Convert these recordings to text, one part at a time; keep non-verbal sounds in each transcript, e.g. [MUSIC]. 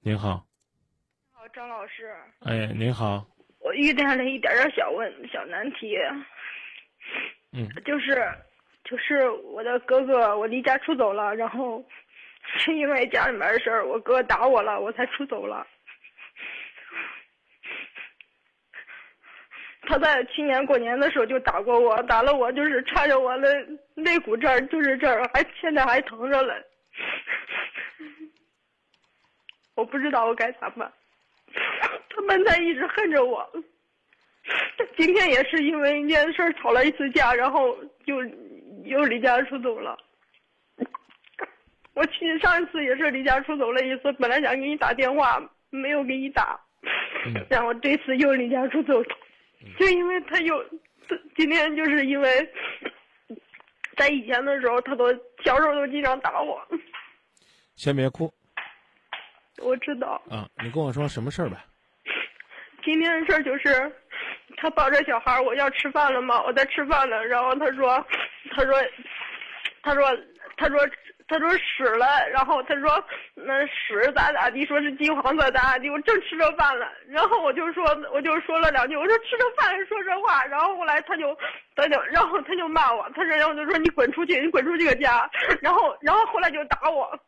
您好，好，哦张老师，哎，您好，我遇见了一点点小问小难题，嗯， [LAUGHS] 就是就是我的哥哥，我离家出走了，然后 [LAUGHS] 是因为家里面的事儿，我哥打我了，我才出走了。他在去年过年的时候就打过我，打了我就是插着我的肋骨这儿，就是这儿，还现在还疼着嘞。 [LAUGHS] 我不知道我该咋办。他们他一直恨着我。今天也是因为一件事儿吵了一次架，然后又又离家出走了。我去上一次也是离家出走了一次，本来想给你打电话，没有给你打，然后这次又离家出走，就因为他又，今天就是因为，在以前的时候，他都小时候都经常打我，先别哭我知道。啊，你跟我说什么事儿呗？今天的事儿就是，他抱着小孩儿，我要吃饭了嘛，我在吃饭呢，然后他说，他说，他说，他说，他说屎了，然后他说那屎咋咋地，说是金黄色咋咋地，我正吃着饭了，然后我就说，我就说了两句，我说吃着饭还说这话，然后后来他就，他就，然后他就骂我，他说，然后就说你滚出去，你滚出这个家，然后，然后后来就打我，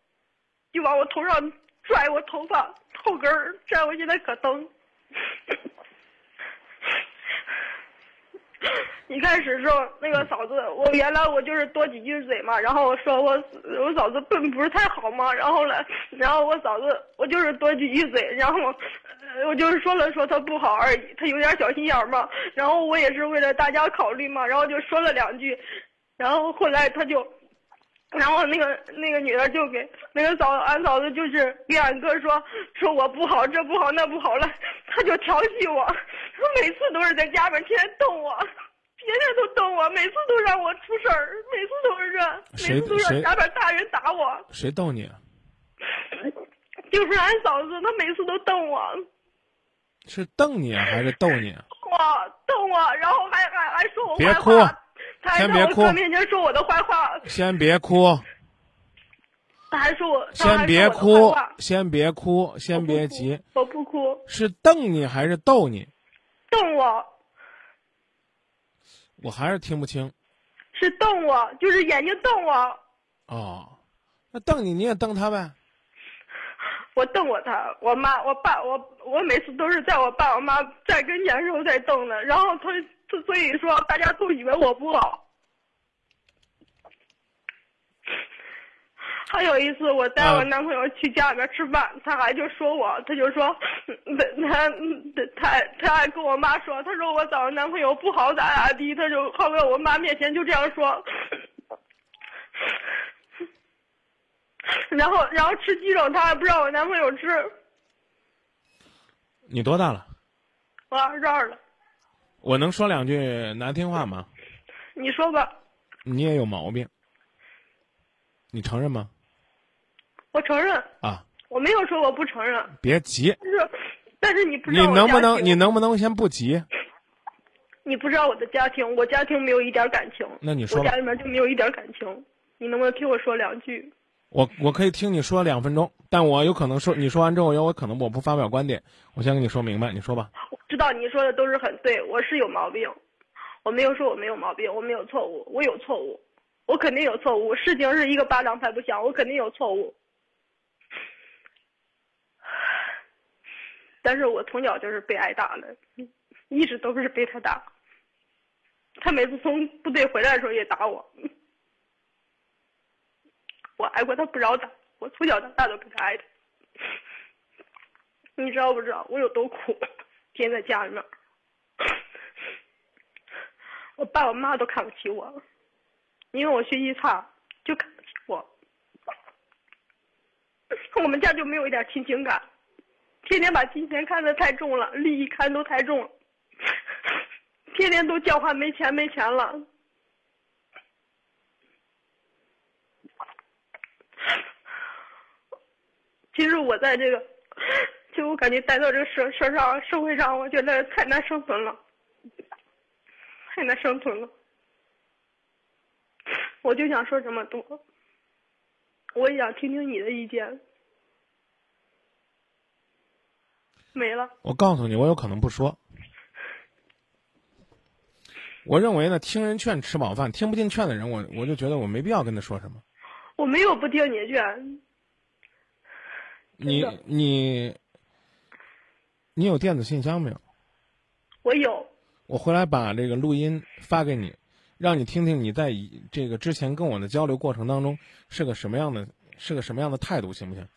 就往我头上拽我头发后根儿，这样我现在可疼。 [LAUGHS] 一开始时候，那个嫂子，我原来我就是多几句嘴嘛，然后我说我我嫂子笨不是太好嘛，然后呢，然后我嫂子我就是多几句嘴，然后呃我就是说了说她不好而已，她有点小心眼儿嘛，然后我也是为了大家考虑嘛，然后就说了两句，然后后来她就然后那个那个女的就给那个嫂俺嫂子就是给俺哥说说我不好这不好那不好了，他就调戏我，他每次都是在家里面天天动我，天天都动我，每次都让我出事儿，每次都是这，谁每次都让谁家里边大人打我，谁逗你？啊就是俺嫂子，她每次都瞪我，是瞪你啊还是逗你啊？我瞪我，然后还还还说我别坏哭话，她还先在别我哭哥面前说我的坏话，先别哭，她还说我，她还先别说我的哭坏话，先别哭，先别急，，我不哭我不哭，是瞪你还是逗你？瞪我。我还是听不清是瞪我，就是眼睛瞪我，哦。那瞪你你也瞪他呗，我瞪我他，我妈我爸我我每次都是在我爸我妈在跟前时候在瞪的，然后他他所以说大家都以为我不好。还有一次，我带啊我男朋友去家里面吃饭，他还就说我，他就说，嗯他他他他还跟我妈说，他说我找的男朋友不好咋咋地，他就好在我妈面前就这样说。 [LAUGHS] 然后，然后吃鸡肉，他还不让我男朋友吃，你多大了？我二十二了。我能说两句难听话吗？你说吧，你也有毛病，你承认吗？我承认，啊，我没有说我不承认，别急，但是，但是你不知你道我能不家能庭你能不能先不急？你不知道我的家庭，我家庭没有一点感情。那你说我吧家里面就没有一点感情，你能不能听我说两句？我我可以听你说两分钟，但我有可能说你说完之后，有我可能我不发表观点，我先跟你说明白，你说吧。我知道你说的都是很对，我是有毛病，我没有说我没有毛病，我没有错误，我有错误，我肯定有错误。事情是一个巴掌拍不响，我肯定有错误。但是我从小就是被挨打的，一直都是被他打。他每次从部队回来的时候也打我，我挨过他不少打，我从小到大都被他挨打。你知道不知道我有多苦？天天在家里面，我爸我妈都看不起我，因为我学习差，就看不起我。 [LAUGHS] 我们家就没有一点亲情感，天天把金钱看得太重了，利益看都太重了，天天都叫唤没钱没钱了。其实我在这个，就我感觉待到这个社社上社会上，我觉得太难生存了，太难生存了。我就想说这么多，我也想听听你的意见。没了。我告诉你，我有可能不说。我认为呢，听人劝吃饱饭，听不进劝的人，我我就觉得我没必要跟他说什么。我没有不听你劝，你真的你你有电子信箱没有？我有。我回来把这个录音发给你，让你听听你在以这个之前跟我的交流过程当中是个什么样的，是个什么样的态度，行不行？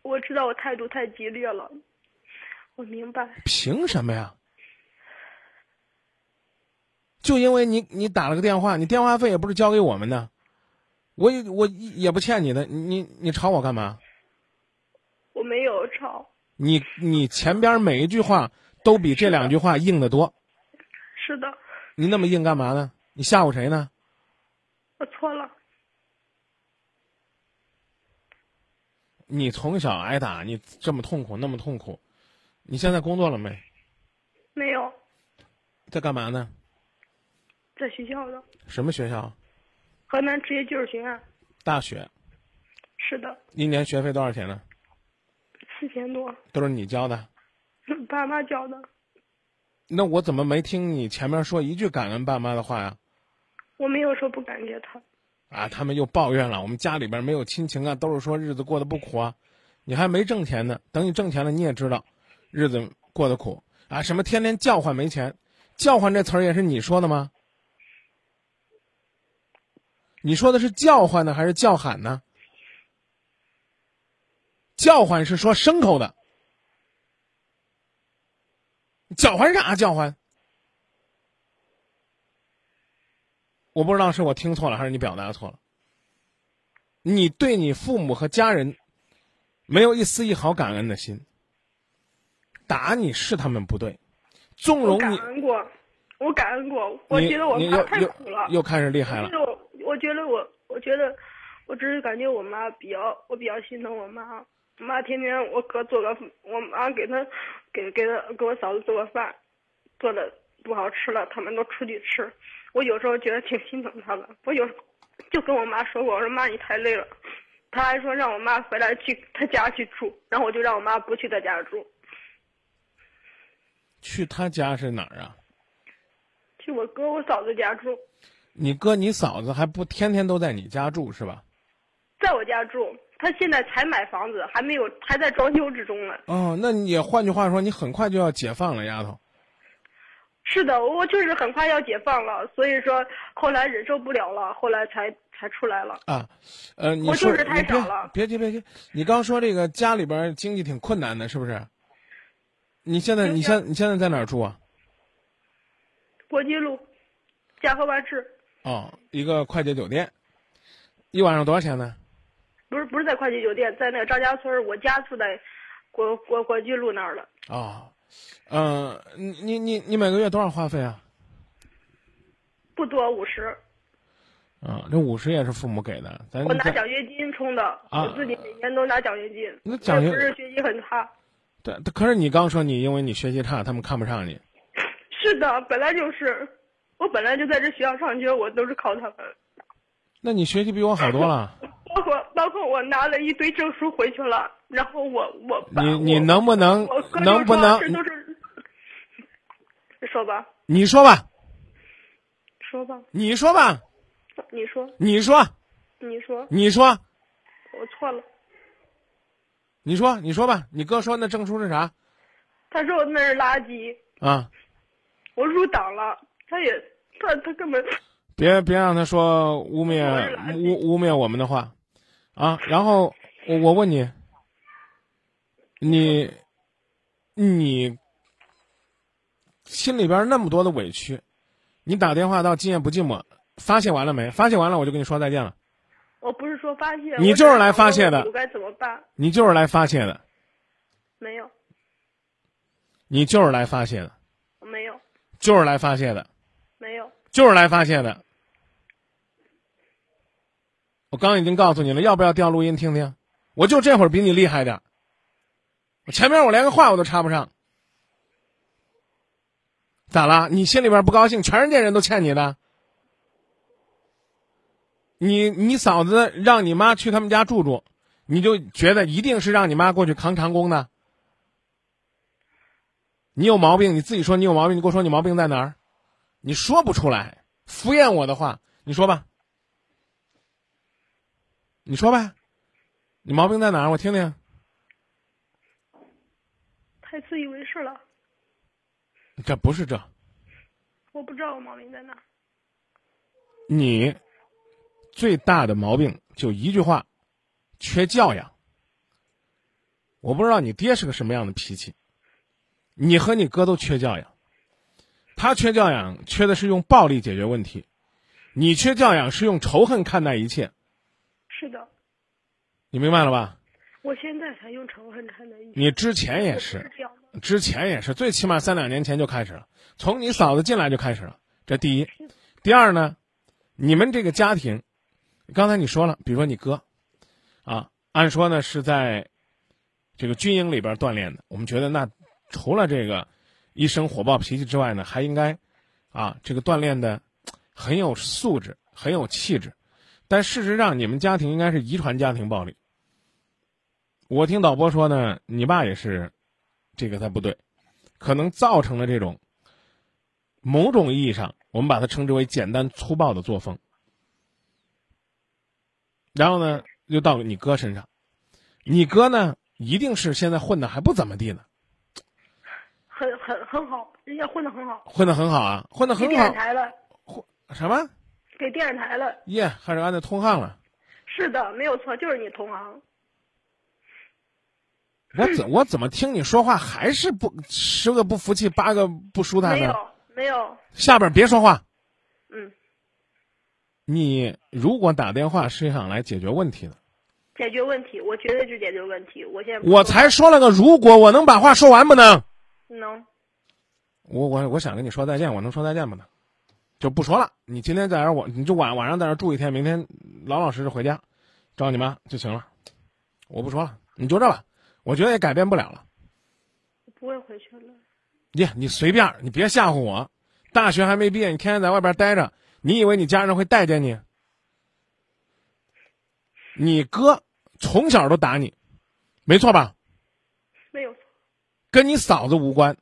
我知道我态度太激烈了，我明白。凭什么呀？就因为你你打了个电话，你电话费也不是交给我们的，我也我也不欠你的，你你你吵我干嘛？我没有吵，你你前边每一句话都比这两句话硬得多，是的，你那么硬干嘛呢？你吓唬谁呢？我错了，你从小挨打，你这么痛苦那么痛苦，你现在工作了没？没有在干嘛呢？在学校的什么学校？河南职业技术学院，大学？是的，一年学费多少钱呢？四千多，都是你交的。爸妈交的，那我怎么没听你前面说一句感恩爸妈的话呀？我没有说不感谢他，啊，他们又抱怨了，我们家里边没有亲情啊，都是说日子过得不苦啊。你还没挣钱呢，等你挣钱了，你也知道，日子过得苦啊。什么天天叫唤没钱，叫唤这词儿也是你说的吗？你说的是叫唤呢，还是叫喊呢？叫唤是说牲口的，叫唤啥？叫唤？我不知道是我听错了还是你表达错了。你对你父母和家人没有一丝一毫感恩的心，打你是他们不对，纵我容感你，恩过，我感恩过，我你觉得我你妈又太又苦了，又开始厉害我了觉。得我，我觉得我，我觉得，我只是感觉我妈比较，我比较心疼我妈。我妈天天我哥做个，我妈给她，给给她给我嫂子做个饭，做的不好吃了，他们都出去吃。我有时候觉得挺心疼她的，我有时候就跟我妈说过，我说妈你太累了，她还说让我妈回来去她家去住，然后我就让我妈不去她家住，去他家是哪儿啊？去我哥我嫂子家住，你哥你嫂子还不天天都在你家住是吧？在我家住。她现在才买房子，还没有，还在装修之中呢。哦，那你也换句话说，你很快就要解放了，丫头。是的，我确实很快要解放了，所以说后来忍受不了了，后来才才出来了。啊，呃，你我说就是太你别少了别急别急，你刚说这个家里边儿经济挺困难的，是不是？你现在嗯你现你现在在哪儿住啊？国际路，嘉禾万智，哦，一个快捷酒店，一晚上多少钱呢？不是不是在快捷酒店，在那个张家村儿，我家住在国国国际路那儿了，哦，嗯、你你你你每个月多少话费啊？不多五十，啊，这五十也是父母给的，咱我拿咱奖学金充的，啊我自己每年都拿奖学金，那奖学也不是学习很差。但可是你刚说你因为你学习差，他们看不上你。是的，本来就是，我本来就在这学校上学，我都是靠他们，那你学习比我好多 [LAUGHS] 了，包括包括我拿了一堆证书回去了，然后我我爸你你我能不能 [LAUGHS] 我哥就能不说能这都是，你说吧，你说吧，说吧，你说吧，你说，你说你说，你说我错了。你说你说吧，你哥说那证书是啥他说我那是垃圾，啊？我入党了，他也他他根本别别让他说污我蔑是垃圾污污蔑我们的话啊！然后我我问你，你你心里边那么多的委屈，你打电话到今夜不寂寞发泄完了没？发泄完了我就跟你说再见了。我不是说发泄，你我就是只来发泄的我该怎么办？你就是来发泄的，没有，你就是来发泄的，没有，就是来发泄的，没有，就是来发泄的。我刚已经告诉你了，要不要调录音听听？我就这会儿比你厉害点儿我前面我连个话我都插不上，咋啦？你心里边不高兴，全世界人都欠你的。你你嫂子让你妈去他们家住住，你就觉得一定是让你妈过去扛长工的，你有毛病，你自己说你有毛病，你给我说你毛病在哪儿？你说不出来，敷衍我的话，你说吧，你说呗，你毛病在哪儿？我听听。太自以为是了，这不是这，我不知道我毛病在哪。你最大的毛病就一句话，缺教养。我不知道你爹是个什么样的脾气，你和你哥都缺教养。他缺教养，缺的是用暴力解决问题；你缺教养是用仇恨看待一切。是的，你明白了吧？我现在才用仇恨看待一切。你之前也是，这样的之前也是，最起码三两年前就开始了，从你嫂子进来就开始了。这第一，第二呢，你们这个家庭，刚才你说了，比如说你哥，啊，按说呢是在这个军营里边锻炼的，我们觉得那除了这个一身火爆脾气之外呢，还应该啊这个锻炼的很有素质，很有气质。但事实上，你们家庭应该是遗传家庭暴力。我听导播说呢，你爸也是这个他不对，可能造成了这种某种意义上，我们把它称之为简单粗暴的作风。然后呢，又到了你哥身上，你哥呢，一定是现在混的还不怎么地呢，很很很好，人家混的很好，混的很好啊，混的给很电视好，台了，混什么给电视台了。耶？还是俺的同行了？是的，没有错，就是你同行。嗯我怎我怎么听你说话还是不十个不服气，八个不舒坦呢？没有，没有，下边别说话。嗯，你如果打电话是想来解决问题的，解决问题，我绝对去解决问题。我现在不我才说了个如果，我能把话说完不能？能，我我我想跟你说再见，我能说再见不能？就不说了，你今天在这儿，我你就晚晚上在这儿住一天，明天老老实实回家，找你妈就行了。我不说了，你就这吧，我觉得也改变不了了。不会回去了。你你随便，你别吓唬我。大学还没毕业，你天天在外边待着，你以为你家人会待见你？你哥从小都打你，没错吧？没有错，跟你嫂子无关，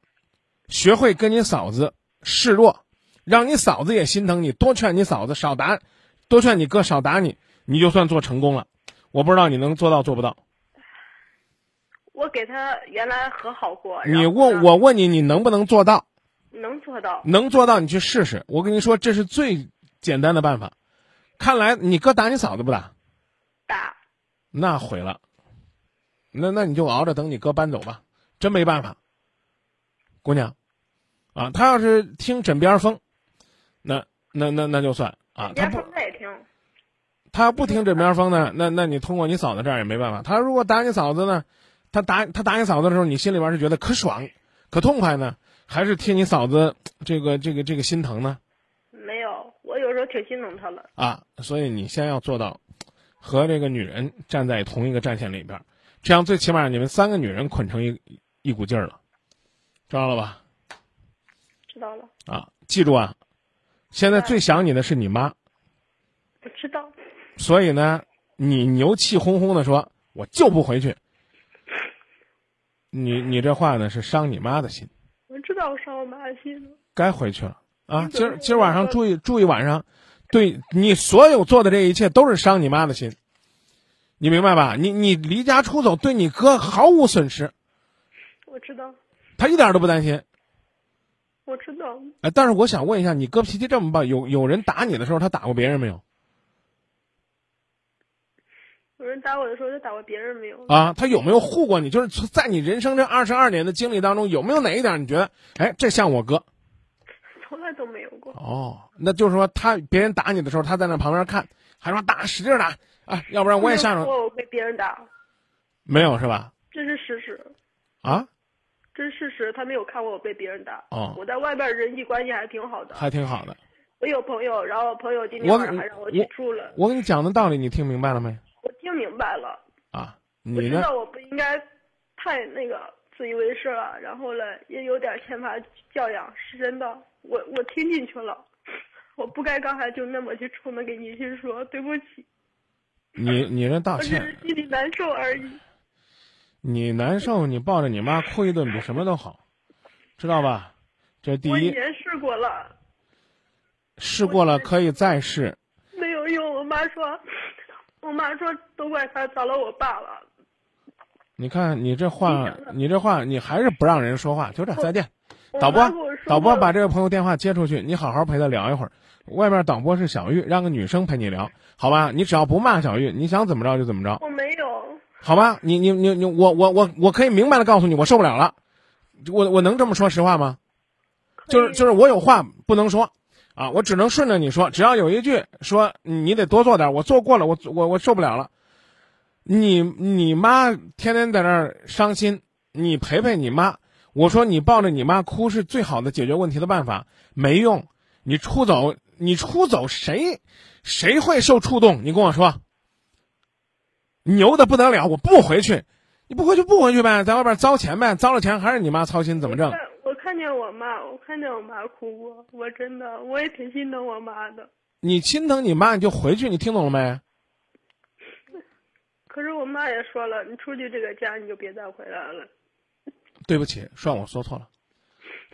学会跟你嫂子示弱，让你嫂子也心疼你，多劝你嫂子少打，多劝你哥少打你，你就算做成功了。我不知道你能做到做不到。我给他原来和好过。你然后呢问我嗯问你，你能不能做到？能做到？能做到，你去试试。我跟你说，这是最简单的办法。看来你哥打你嫂子不打，啊打那毁了。那那你就熬着等你哥搬走吧，真没办法。姑娘，啊，他要是听枕边风，那那那那就算啊。他人家不现在也听，他要不听枕边风呢，那那你通过你嫂子这儿也没办法。他如果打你嫂子呢，他打他打你嫂子的时候，你心里边是觉得可爽、可痛快呢，还是替你嫂子这个这个这个心疼呢？没有。我有时候挺心疼他了。啊，所以你先要做到和这个女人站在同一个战线里边儿，这样最起码你们三个女人捆成一一股劲儿了，知道了吧？知道了，啊，记住啊，现在最想你的是你妈，我知道。所以呢，你牛气哄哄的说“我就不回去”，你你这话呢是伤你妈的心，我知道我伤我妈的心了，该回去了啊！你怎今么儿会今儿晚上说住一住一晚上，对你所有做的这一切都是伤你妈的心，你明白吧？你你离家出走对你哥毫无损失，我知道，他一点都不担心。我知道，哎，但是我想问一下，你哥脾气这么暴，有有人打你的时候，他打过别人没有？有人打我的时候，他打过别人没有？啊，他有没有护过你？就是在你人生这二十二年的经历当中，有没有哪一点你觉得，哎，这像我哥？从来都没有过。哦，那就是说他别人打你的时候，他在那旁边看，还说打使劲打啊，要不然我也下手。哎我我被别人打，没有是吧？这是事实，啊，这是事实。他没有看过我被别人打。哦我在外边人际关系还挺好的，还挺好的。我有朋友，然后朋友今天我晚上还让我去住了。我给你讲的道理，你听明白了没？我听明白了，啊，我你知呢？道我不应该太那个自以为是了，然后呢也有点缺乏教养，是真的。我我听进去了，我不该刚才就那么去冲着给你去说对不起，你你这道我只是歉，心里难受而已。你难受，你抱着你妈哭一顿比什么都好，知道吧？这是第我以一，前试过了，试过了可以再试，没有用。我妈说，我妈说都怪他找了我爸了。你看你这话，你这话，你还是不让人说话。就这，再见。我导妈播跟我，说导播过把这位朋友电话接出去，你好好陪他聊一会儿。外面导播是小玉，让个女生陪你聊，好吧？你只要不骂小玉，你想怎么着就怎么着，我没有，好吧？你你你你，我我我我可以明白的告诉你，我受不了了，我我能这么说实话吗？就是就是是我有话不能说，啊，我只能顺着你说，只要有一句说你得多做点，我做过了，我我我受不了了。你你妈天天在那儿伤心，你陪陪你妈。我说你抱着你妈哭是最好的解决问题的办法，没用。你出走，你出走谁，谁会受触动？你跟我说，牛的不得了，我不回去，你不回去不回去呗，在外边糟钱呗，糟了钱还是你妈操心怎么挣？我看见我妈，我看见我妈哭过，我真的我也挺心疼我妈的。你心疼你妈，你就回去，你听懂了没？可是我妈也说了，你出去这个家你就别再回来了。对不起，算我说错了，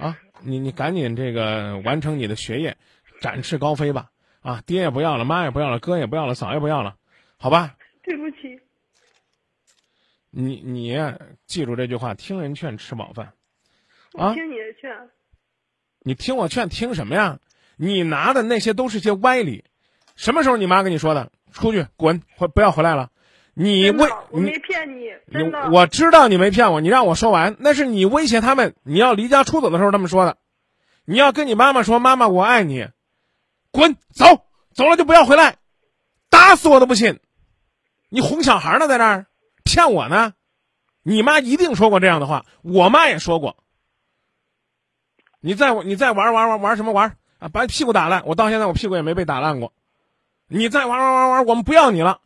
啊，你你赶紧这个完成你的学业，展翅高飞吧！啊，爹也不要了，妈也不要了，哥也不要了，嫂也不要了，好吧？对不起，你你记住这句话，听人劝，吃饱饭。啊我听你的劝，你听我劝，听什么呀？你拿的那些都是些歪理。什么时候你妈跟你说的？出去滚，回不要回来了。你真的为我你没骗你，你真的。我知道你没骗我，你让我说完，那是你威胁他们，你要离家出走的时候他们说的。你要跟你妈妈说：“妈妈，我爱你。”滚，走，走了就不要回来，打死我都不信。你哄小孩呢，在这儿骗我呢？你妈一定说过这样的话，我妈也说过。你再你再玩玩玩玩什么玩啊？把屁股打烂，我到现在我屁股也没被打烂过。你再玩玩玩玩，我们不要你了。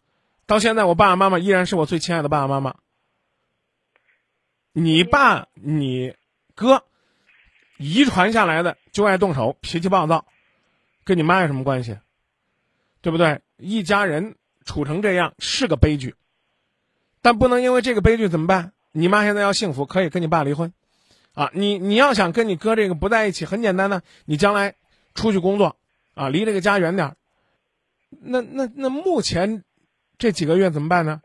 到现在，我爸爸妈妈依然是我最亲爱的爸爸妈妈。你爸、你哥遗传下来的就爱动手，脾气暴躁，跟你妈有什么关系？对不对？一家人处成这样是个悲剧，但不能因为这个悲剧怎么办？你妈现在要幸福，可以跟你爸离婚，啊，你你要想跟你哥这个不在一起，很简单的，你将来出去工作，啊，离这个家远点儿。那那那目前这几个月怎么办呢？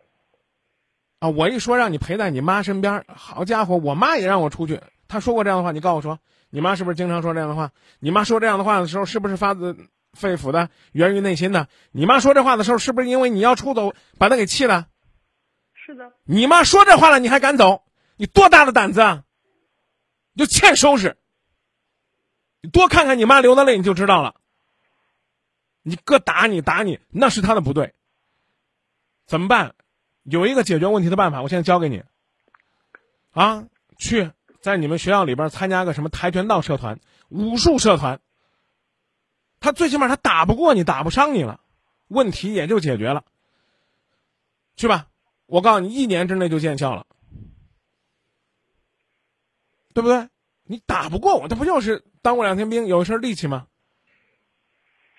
啊，我一说让你陪在你妈身边，好家伙，我妈也让我出去。她说过这样的话，你告诉我说，你妈是不是经常说这样的话？你妈说这样的话的时候，是不是发自肺腑的、源于内心的？你妈说这话的时候，是不是因为你要出走把她给气了？是的，你妈说这话了，你还敢走？你多大的胆子啊！你就欠收拾。你多看看你妈流的泪，你就知道了。你哥打你打你，那是他的不对。怎么办？有一个解决问题的办法，我现在教给你。啊，去在你们学校里边参加个什么跆拳道社团、武术社团。他最起码他打不过你，打不伤你了，问题也就解决了。去吧，我告诉你，一年之内就见效了，对不对？你打不过我，这不就是当过两天兵，有一身力气吗？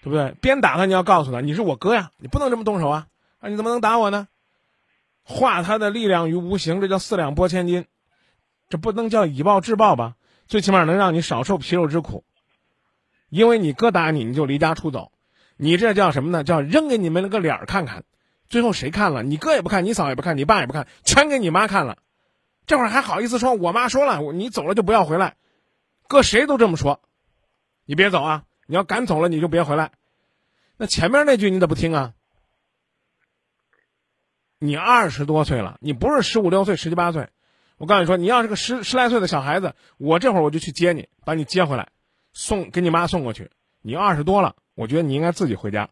对不对？边打他，你要告诉他，你是我哥呀，你不能这么动手啊！啊，你怎么能打我呢？化他的力量于无形，这叫四两拨千斤，这不能叫以暴制暴吧？最起码能让你少受皮肉之苦，因为你哥打你，你就离家出走，你这叫什么呢？叫扔给你们个脸儿看看。最后谁看了？你哥也不看，你嫂也不看，你爸也不看，全给你妈看了。这会儿还好意思说，我妈说了，我你走了就不要回来。哥谁都这么说，你别走啊！你要敢走了，你就别回来。那前面那句你咋不听啊？你二十多岁了，你不是十五六岁、十七八岁。我告诉你说，你要是个十十来岁的小孩子，我这会儿我就去接你，把你接回来，送给你妈送过去。你二十多了，我觉得你应该自己回家。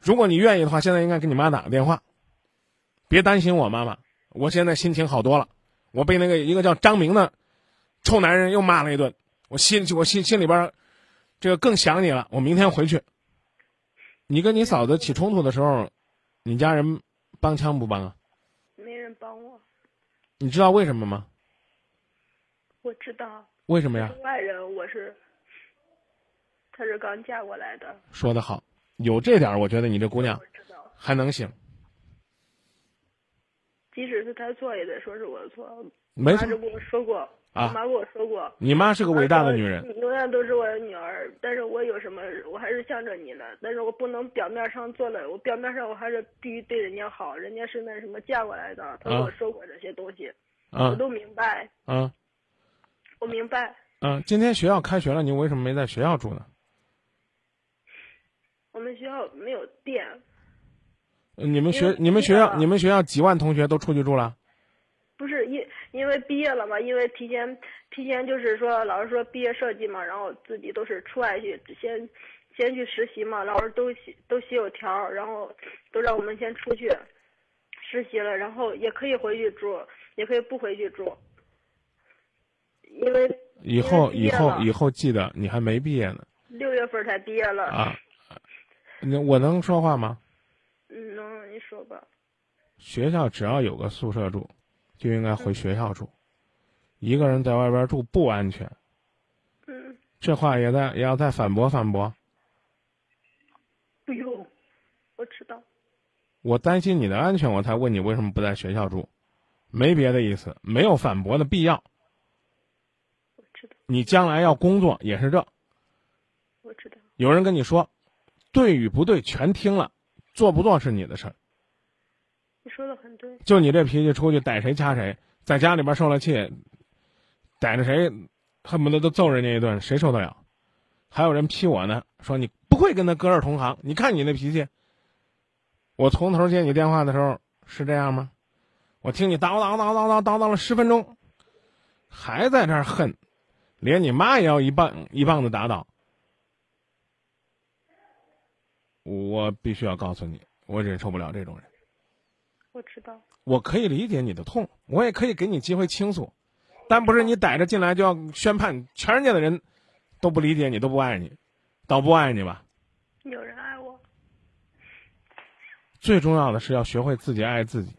如果你愿意的话，现在应该给你妈打个电话。别担心我妈妈，我现在心情好多了。我被那个一个叫张明的臭男人又骂了一顿，我心我心心里边儿这个更想你了。我明天回去。你跟你嫂子起冲突的时候，你家人帮腔不帮啊？没人帮我，你知道为什么吗？我知道。为什么呀？外人，我是，她是刚嫁过来的，说得好，啊有这点儿，我觉得你这姑娘我知道。还能行。即使是他错，也得说是我的错。没妈错就，跟我说过，啊我妈跟我说过，你妈是个伟大的女人。，永远都是我的女儿。但是我有什么，我还是向着你的。但是我不能表面上做了，我表面上我还是必须对人家好，人家是那什么嫁过来的，她跟我说过这些东西，我啊都明白，啊我明白。啊！今天学校开学了，你为什么没在学校住呢？我们学校没有电，呃你们因学为你们学毕业校了你们学校几万同学都出去住了？不是因因为毕业了嘛，因为提前提前就是说老师说毕业设计嘛，然后自己都是出来去先先去实习嘛，老师都写都写有条儿，然后都让我们先出去实习了，然后也可以回去住，也可以不回去住，因为以后因为毕以业后了以后记得你还没毕业呢六月份才毕业了，啊！你我能说话吗？嗯，能你说吧，学校只要有个宿舍住，就应该回学校住。一个人在外边住不安全，嗯，这话也在也要再反驳反驳。不用，哎我知道，我担心你的安全，我才问你为什么不在学校住，没别的意思，没有反驳的必要。我知道，你将来要工作也是这，我知道，有人跟你说，对与不对全听了，做不做是你的事儿。你说的很对，就你这脾气，出去逮谁掐谁，在家里边受了气，逮着谁，恨不得都揍人家一顿，谁受得了？还有人批我呢，说你不会跟他哥儿同行，你看你那脾气。我从头接你电话的时候是这样吗？我听你叨叨叨叨叨叨叨了十分钟，还在这儿恨，连你妈也要一棒一棒子打倒。我必须要告诉你，我忍受不了这种人。我知道，我可以理解你的痛，我也可以给你机会倾诉，但不是你逮着进来就要宣判，全世界的人都不理解你，都不爱你，倒不爱你吧。有人爱我，最重要的是要学会自己爱自己，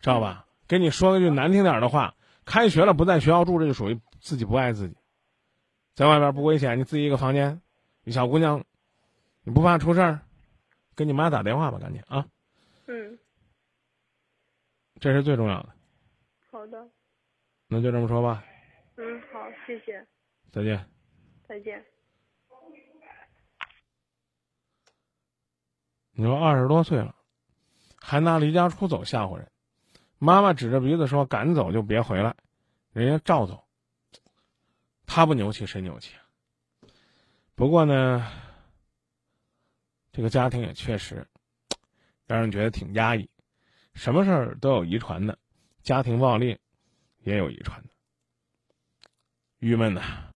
知道吧？跟你说一句难听点儿的话，开学了不在学校住，这就属于自己不爱自己，在外边不危险，你自己一个房间，你小姑娘，你不怕出事儿？跟你妈打电话吧，赶紧啊，嗯，这是最重要的。好的，那就这么说吧，嗯，好，谢谢，再见。再见。你说二十多岁了，还拿离家出走吓唬人，妈妈指着鼻子说：“赶走就别回来。”人家照走，他不牛气谁牛气啊？不过呢，这个家庭也确实让人觉得挺压抑，什么事儿都有遗传的，家庭暴力也有遗传的，郁闷呐、